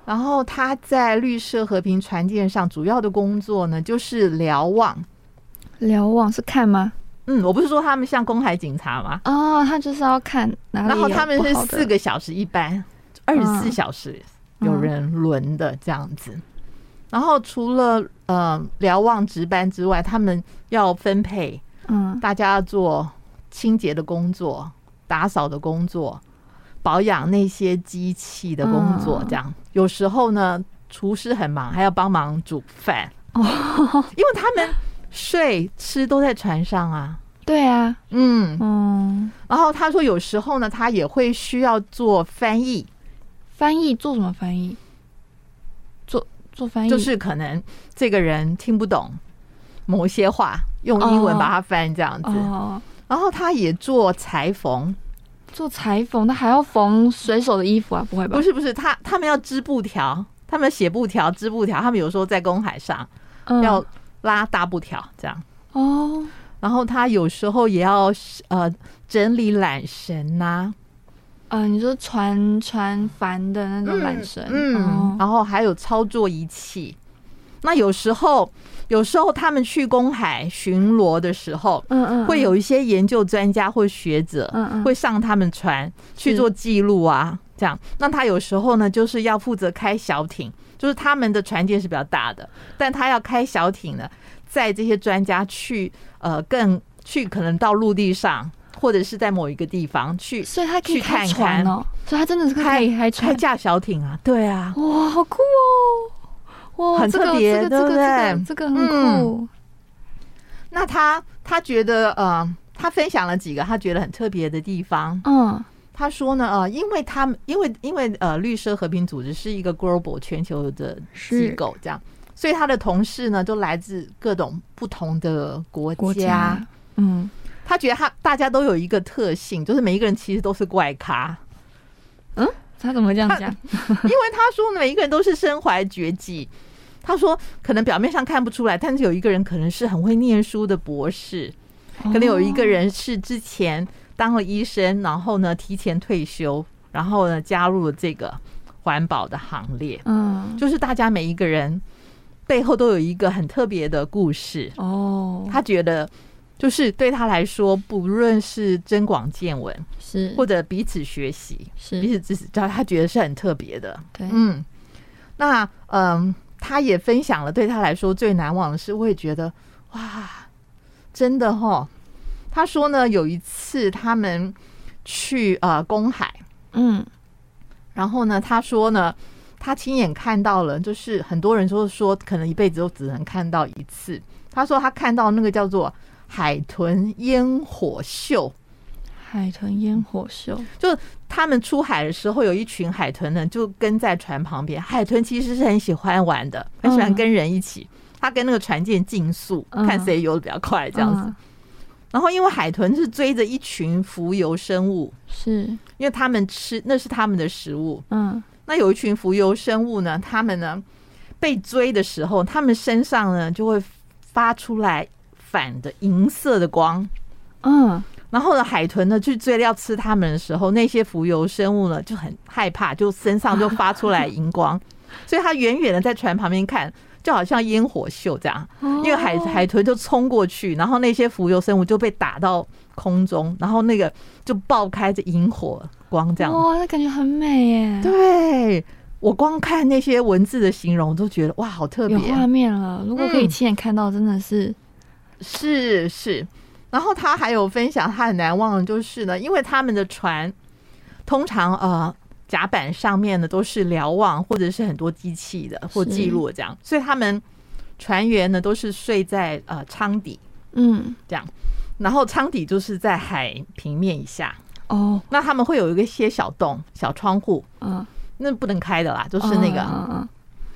然后他在绿色和平船舰上主要的工作呢，就是瞭望。瞭望是看吗？嗯，我不是说他们像公海警察吗？哦，他就是要看哪里然后有他们不是好的四个小时一班，二十四嗯小时有嗯人轮的这样子。然后除了呃瞭望值班之外，他们要分配嗯大家要做清洁的工作、打扫的工作、保养那些机器的工作，嗯这样、有时候呢，厨师很忙，还要帮忙煮饭，哦、因为他们睡吃都在船上啊。对啊，嗯，嗯，然后他说有时候呢，他也会需要做翻译，翻译做什么翻译？做做翻译就是可能这个人听不懂某些话，用英文哦把它翻这样子。哦，然后他也做裁缝，做裁缝，他还要缝水手的衣服啊？不会吧？不是不是，他他们要织布条，他们写布条、织布条，他们有时候在公海上嗯要拉大布条这样，哦，然后他有时候也要呃整理缆绳啊呐、呃，你说船船帆的那种缆绳，嗯，哦，然后还有操作仪器。那有时候有时候他们去公海巡逻的时候，嗯嗯，会有一些研究专家或学者嗯嗯会上他们船去做记录啊，这样。那他有时候呢，就是要负责开小艇，就是他们的船舰是比较大的，但他要开小艇呢，载这些专家去呃更去可能到陆地上，或者是在某一个地方去所以他可以去看开船看哦，所以他真的是可以开开船，架小艇啊，对啊，哇，好酷哦，哇，很这个特别这个对不这对个这个这个很酷，那他他觉得，呃，他分享了几个他觉得很特别的地方。嗯他说呢，呃，因为他们因为因为呃，绿色和平组织是一个 global 全球的机是构，这样，所以他的同事呢都来自各种不同的国家。国家嗯，他觉得他大家都有一个特性，就是每一个人其实都是怪咖，他怎么会这样讲？因为他说每一个人都是身怀绝技。他说，可能表面上看不出来，但是有一个人可能是很会念书的博士，可能有一个人是之前当了医生，然后呢提前退休，然后呢加入了这个环保的行列。嗯就是大家每一个人背后都有一个很特别的故事。哦，他觉得，就是对他来说，不论是增广见闻，是或者彼此学习、嗯是彼此支持，他他觉得是很特别的。对，嗯，那嗯，他也分享了，对他来说最难忘的是，我也觉得哇，真的哈。他说呢，有一次他们去呃公海，嗯然后呢，他说呢，他亲眼看到了，就是很多人就是说，可能一辈子都只能看到一次。他说他看到那个叫做海豚烟火秀，海豚烟火秀，就是他们出海的时候，有一群海豚呢就跟在船旁边。海豚其实是很喜欢玩的，很喜欢嗯跟人一起。他跟那个船舰竞速，嗯看谁游的比较快这样子。嗯然后因为海豚是追着一群浮游生物，是因为他们吃那是他们的食物，嗯那有一群浮游生物呢，它们呢被追的时候，它们身上呢就会发出来反的银色的光。嗯然后呢，海豚呢去追要吃它们的时候，那些浮游生物呢就很害怕，就身上就发出来荧 光，所以它远远的在船旁边看，就好像烟火秀这样。哦因为海海豚就冲过去，然后那些浮游生物就被打到空中，然后那个就爆开这萤火光这样。哇，那感觉很美耶，对我光看那些文字的形容，我都觉得哇，好特别有，画面了。如果可以嗯亲眼看到，真的是是是。然后他还有分享，他很难忘的就是呢，因为他们的船通常呃甲板上面呢都是瞭望或者是很多机器的或是记录这样，所以他们船员呢都是睡在呃舱底，嗯然后舱底就是在海平面以下，哦那他们会有一个些小洞、小窗户，嗯，那不能开的啦，哦就是那个、嗯嗯嗯，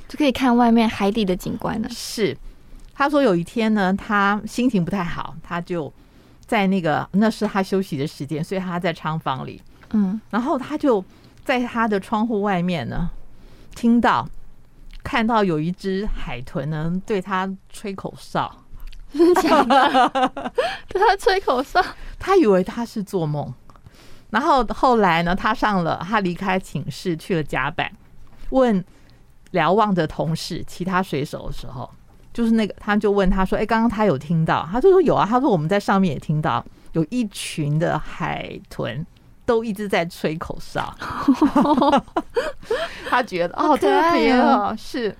就可以看外面海底的景观了。是，他说有一天呢，他心情不太好，他就在那个那是他休息的时间，所以他在仓房里，嗯然后他就在他的窗户外面呢，听到看到有一只海豚呢对他吹口哨，对他吹口哨，他以为他是做梦，然后后来呢，他上了，他离开寝室去了甲板，问瞭望的同事、其他水手的时候，就是那个，他就问他说：“哎、刚刚他有听到？”他就说：“有啊。”他说：“我们在上面也听到有一群的海豚都一直在吹口哨， 他觉得哦，特别哦，是。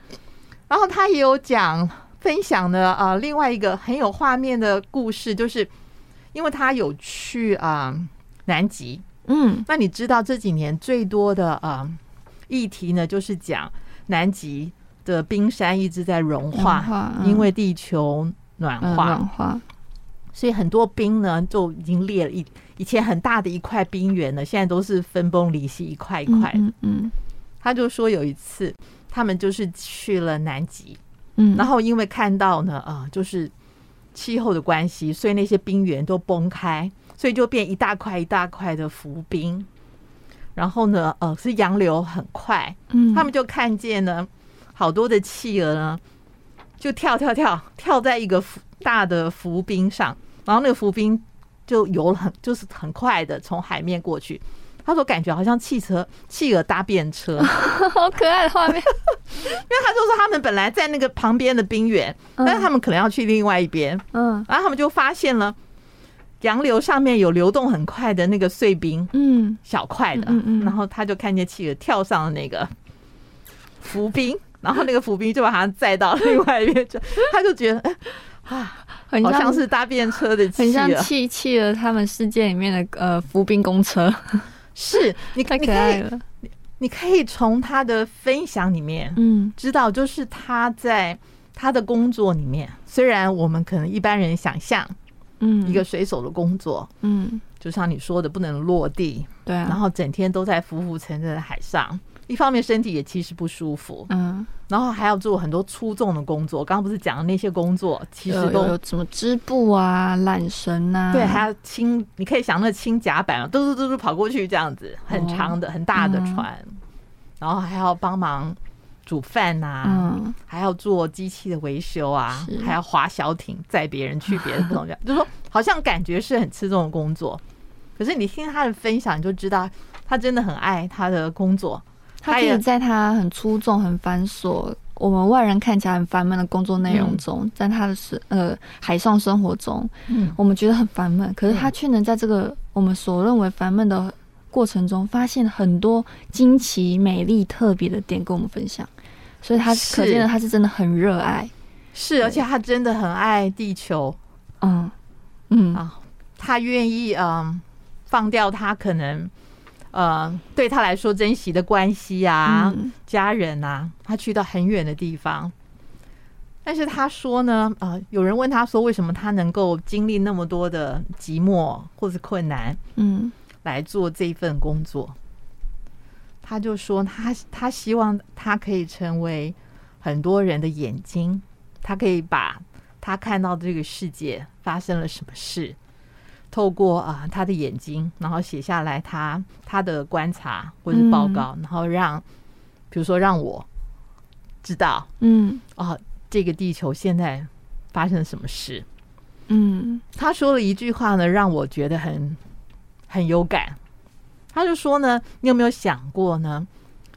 然后他也有讲分享的啊、呃，另外一个很有画面的故事，就是因为他有去啊、呃南极，嗯，那你知道这几年最多的啊、呃议题呢，就是讲南极的冰山一直在融化，融化嗯因为地球暖嗯化，软化，所以很多冰呢就已经裂了一以前很大的一块冰原呢，现在都是分崩离析，一块一块。嗯嗯他就说有一次他们就是去了南极， 嗯，然后因为看到呢，啊、就是气候的关系，所以那些冰原都崩开，所以就变一大块一大块的浮冰。然后呢，呃，是洋流很快，嗯他们就看见呢，好多的企鹅呢，就跳跳跳跳在一个浮大的浮冰上，然后那个浮冰就游了很就是很快的从海面过去。他说感觉好像汽车企鹅搭便车，因为 好可爱的画 面，他就说他们本来在那个旁边的冰原，嗯但是他们可能要去另外一边，嗯然后他们就发现了洋流上面有流动很快的那个碎冰，嗯小块的，嗯嗯嗯然后他就看见企鹅跳上了那个浮冰，然后那个浮冰就把它载到另外一边去，他就 觉得哎很好像是搭便车的企很像鹅，气气了他们世界里面的呃浮冰公车，是 你太你可可爱以了，你可以从他的分享里面嗯知道，就是他在他的工作里面，虽然我们可能一般人想象嗯，一个水手的工作，嗯就像你说的不能落地，对啊，然后整天都在浮浮沉沉的海上。一方面身体也其实不舒服，嗯，然后还要做很多粗重的工作。刚刚不是讲的那些工作，其实有都有有什么织布啊、缆绳啊，对，还要清，你可以想那个清甲板，啊嘟嘟嘟嘟跑过去这样子，很长哦的、很大的嗯船，然后还要帮忙煮饭啊呐、嗯还要做机器的维修啊是，还要划小艇载别人去别的不同地方， 就是说好像感觉是很吃重的工作，可是你听他的分享，你就知道他真的很爱他的工作，他可也以在他很出众、很繁琐，我们外人看起来很烦闷的工作内容嗯中，在他的生呃海上生活中，嗯我们觉得很烦闷，可是他却能在这个我们所认为烦闷的过程中，发现很多惊奇、美丽、特别的点跟我们分享。所以他是可见的他是真的很热爱，是，而且他真的很爱地球，嗯嗯啊他愿意嗯、放掉他可能呃对他来说珍惜的关系啊、嗯家人啊，他去到很远的地方。但是他说呢，呃，有人问他说，为什么他能够经历那么多的寂寞或是困难嗯来做这份工作？他就说他他希望他可以成为很多人的眼睛，他可以把他看到这个世界发生了什么事，透过啊、他的眼睛，然后写下来他他的观察或者报告，然后让比如说让我知道嗯啊、这个地球现在发生了什么事。嗯他说了一句话呢，让我觉得很很有感。他就说呢，你有没有想过呢？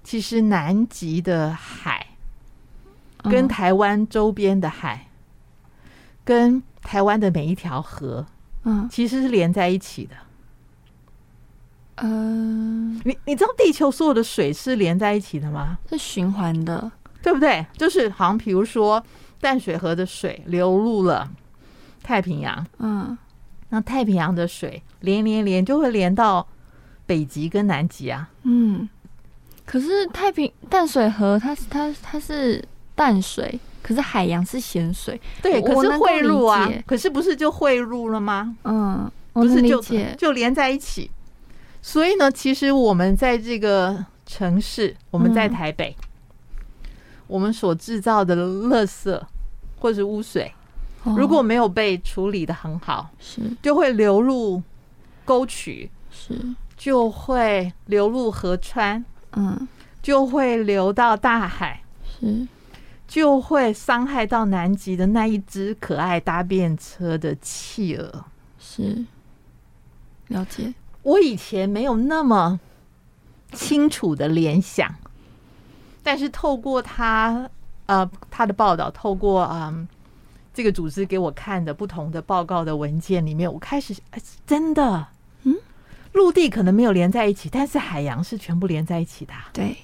其实南极的海嗯，跟台湾周边的海，跟台湾的每一条河，嗯其实是连在一起的。嗯你你知道地球所有的水是连在一起的吗？是循环的，对不对？就是好像比如说淡水河的水流入了太平洋，嗯那太平洋的水连连连就会连到北极跟南极啊。嗯。可是太平淡水河它是它它是淡水，可是海洋是咸水，对，我可我是能够汇入啊理解，可是不是就汇入了吗？嗯，我不能是理就解，就连在一起。所以呢，其实我们在这个城市，我们在嗯台北，我们所制造的垃圾或者是污水，哦如果没有被处理的很好，是就会流入沟渠，是就会流入河川，嗯就会流到大海，是就会伤害到南极的那一只可爱搭便车的企鹅。是了解，我以前没有那么清楚的联想，但是透过他呃他的报道，透过嗯、这个组织给我看的不同的报告的文件里面，我开始、哎真的嗯，陆地可能没有连在一起，但是海洋是全部连在一起的啊、对，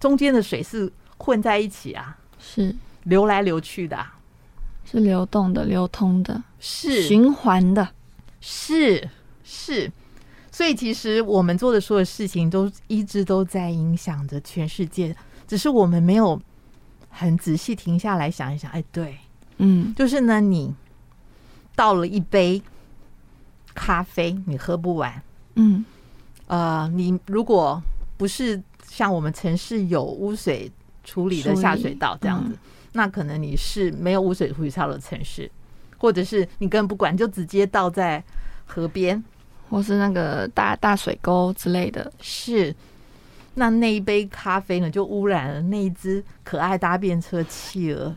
中间的水是混在一起啊，是流来流去的啊、是流动的、流通的、是循环的，是是，所以其实我们做的所有事情都一直都在影响着全世界，只是我们没有很仔细停下来想一想。哎，对，嗯，就是呢，你倒了一杯咖啡，你喝不完，嗯，呃，你如果不是像我们城市有污水处理的处理下水道这样子，那可能你是没有污水处理道的城市，或者是你根本不管，你就直接倒在河边。或是那个大大水沟之类的，是，那那一杯咖啡呢，就污染了那一只可爱搭便车企鹅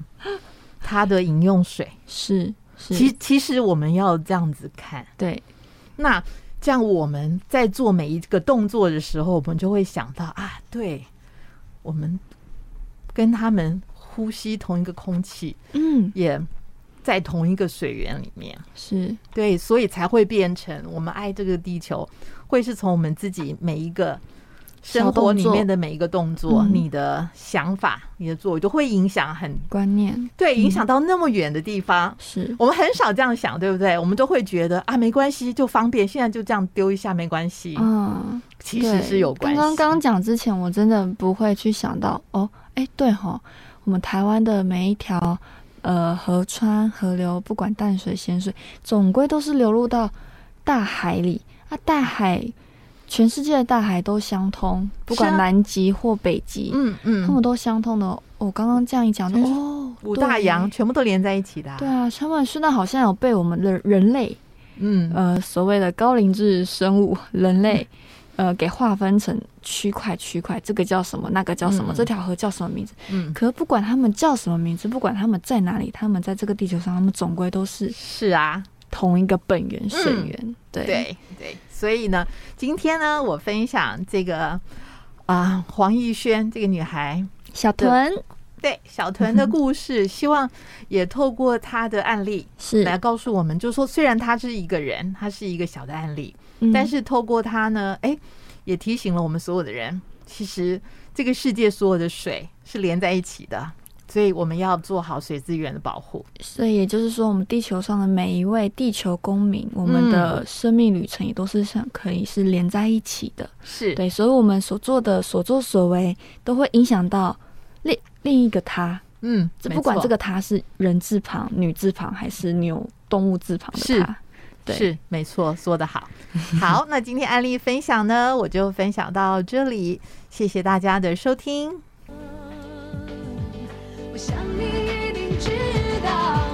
它的饮用水。是是，其其实我们要这样子看，对，那这样我们在做每一个动作的时候，我们就会想到啊，对我们跟他们呼吸同一个空气，嗯，也在同一个水源里面，是对，所以才会变成我们爱这个地球，会是从我们自己每一个。生小动活里作面的每一个动作，嗯你的想法、你的作为，都会影响很观念，对，影响到那么远的地方。是我们很少这样想，对不对？我们都会觉得啊，没关系，就方便，现在就这样丢一下没关系。嗯，其实是有关对系。刚刚刚讲之前，我真的不会去想到哦，哎，对吼，我们台湾的每一条呃河川、河流，不管淡水、咸水，总归都是流入到大海里啊。大海，全世界的大海都相通，不是管啊南极或北极，嗯它们嗯，都相通的哦。我刚刚这样一讲就，哦，五大对洋。全部都连在一起的、对，啊，他们现在好像有被我们的人类嗯，呃所谓的高龄智生物人类，嗯呃给划分成区块区块，这个叫什么，那个叫什么，嗯这条河叫什么名字？嗯可不管他们叫什么名字，不管他们在哪里，他们在这个地球上，他们总归都是是啊，同一个本源水源。对嗯对对。所以呢，今天呢，我分享这个啊、黄奕轩这个女孩，小豚对小豚嗯的故事，希望也透过她的案例是来告诉我们，就是说，虽然她是一个人，她是一个小的案例，嗯但是透过它呢，哎，也提醒了我们所有的人，其实这个世界所有的水是连在一起的，所以我们要做好水资源的保护。所以也就是说，我们地球上的每一位地球公民，我们嗯的生命旅程也都是像可以是连在一起的。是，对，所以我们所做的所作所为都会影响到另另一个他。嗯，这没不管错这个他是人字旁、女字旁还是牛动物字旁是的他，对是没错，说得好。 好，那今天案例分享呢，我就分享到这里，谢谢大家的收听。我想你一定知道，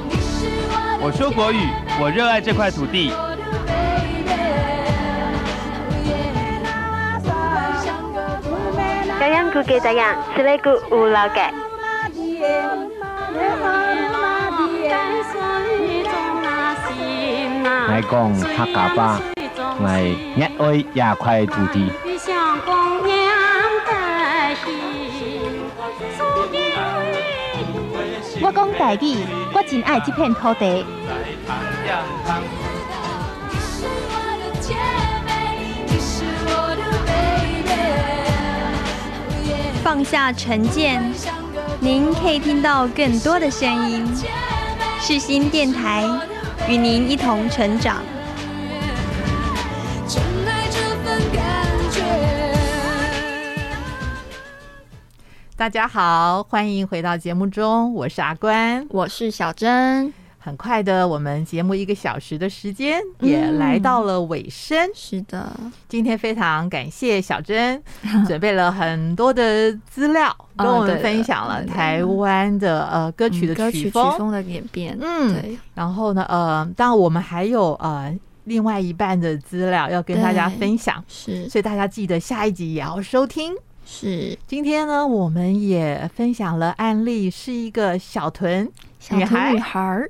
你是我的我说国语，我热爱这块土地。我的 baby。高阳谷给大样，吃了谷有老改。来讲客家话，来热爱这块土地。我讲台语，我真爱这片土地。你是我的姐妹，你是我的 baby。放下成见，您可以听到更多的声音。世新电台与您一同成长。真爱这份感觉。大家好，欢迎回到节目中，我是阿关。我是小珍，很快的，我们节目一个小时的时间嗯也来到了尾声。是的，今天非常感谢小 珍准备了很多的资料，啊跟我们对的分享了对的台湾的呃歌曲嗯歌的曲曲曲风。风的演变，嗯对，然后呢，呃，当然我们还有呃另外一半的资料要跟大家对分享，是所以大家记得下一集也要收听。是今天呢，我们也分享了案例，是一个小豚小女豚孩女孩儿，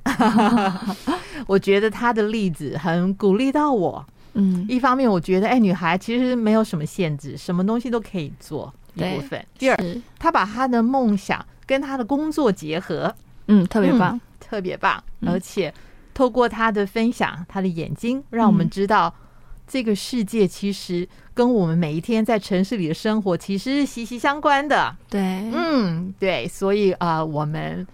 我觉得她的例子很鼓励到我。嗯，一方面，我觉得哎，女孩其实没有什么限制，什么东西都可以做一对部分。第二，是她把她的梦想跟她的工作结合，嗯，特别棒嗯，特别棒。嗯而且透过她的分享，她的眼睛，让我们知道这个世界其实跟我们每一天在城市里的生活其实是息息相关的。对，嗯，对，所以啊、呃我们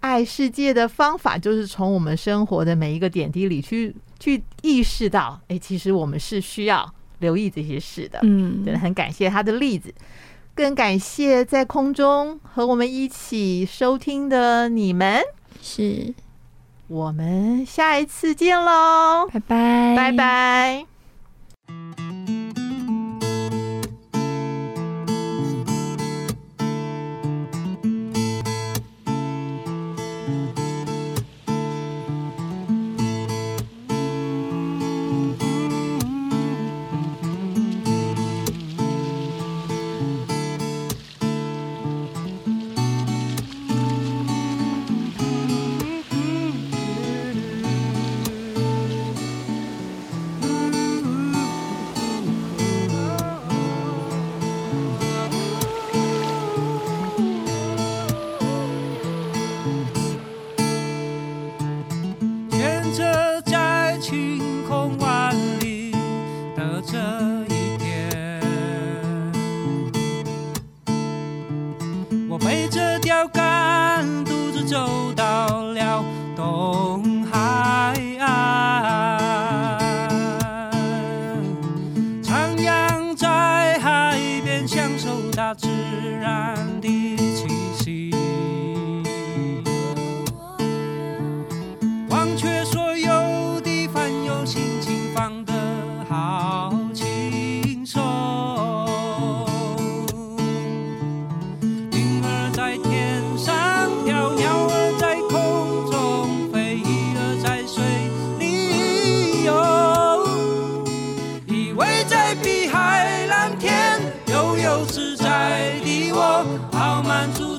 爱世界的方法就是从我们生活的每一个点滴里去去意识到，哎，其实我们是需要留意这些事的。嗯真的很感谢他的例子，更感谢在空中和我们一起收听的你们。是，我们下一次见喽，拜拜，拜拜。天着在晴空万里的这一天，我背着钓竿，独自走到了东海岸，徜徉在海边，享受大自然的气息。忘却所有的烦忧，心情放得好轻松。云儿在天上飘，鸟儿在空中飞，鱼儿在水里游，依偎在碧海蓝天，悠游自在的我，好满足。啊哦啊哦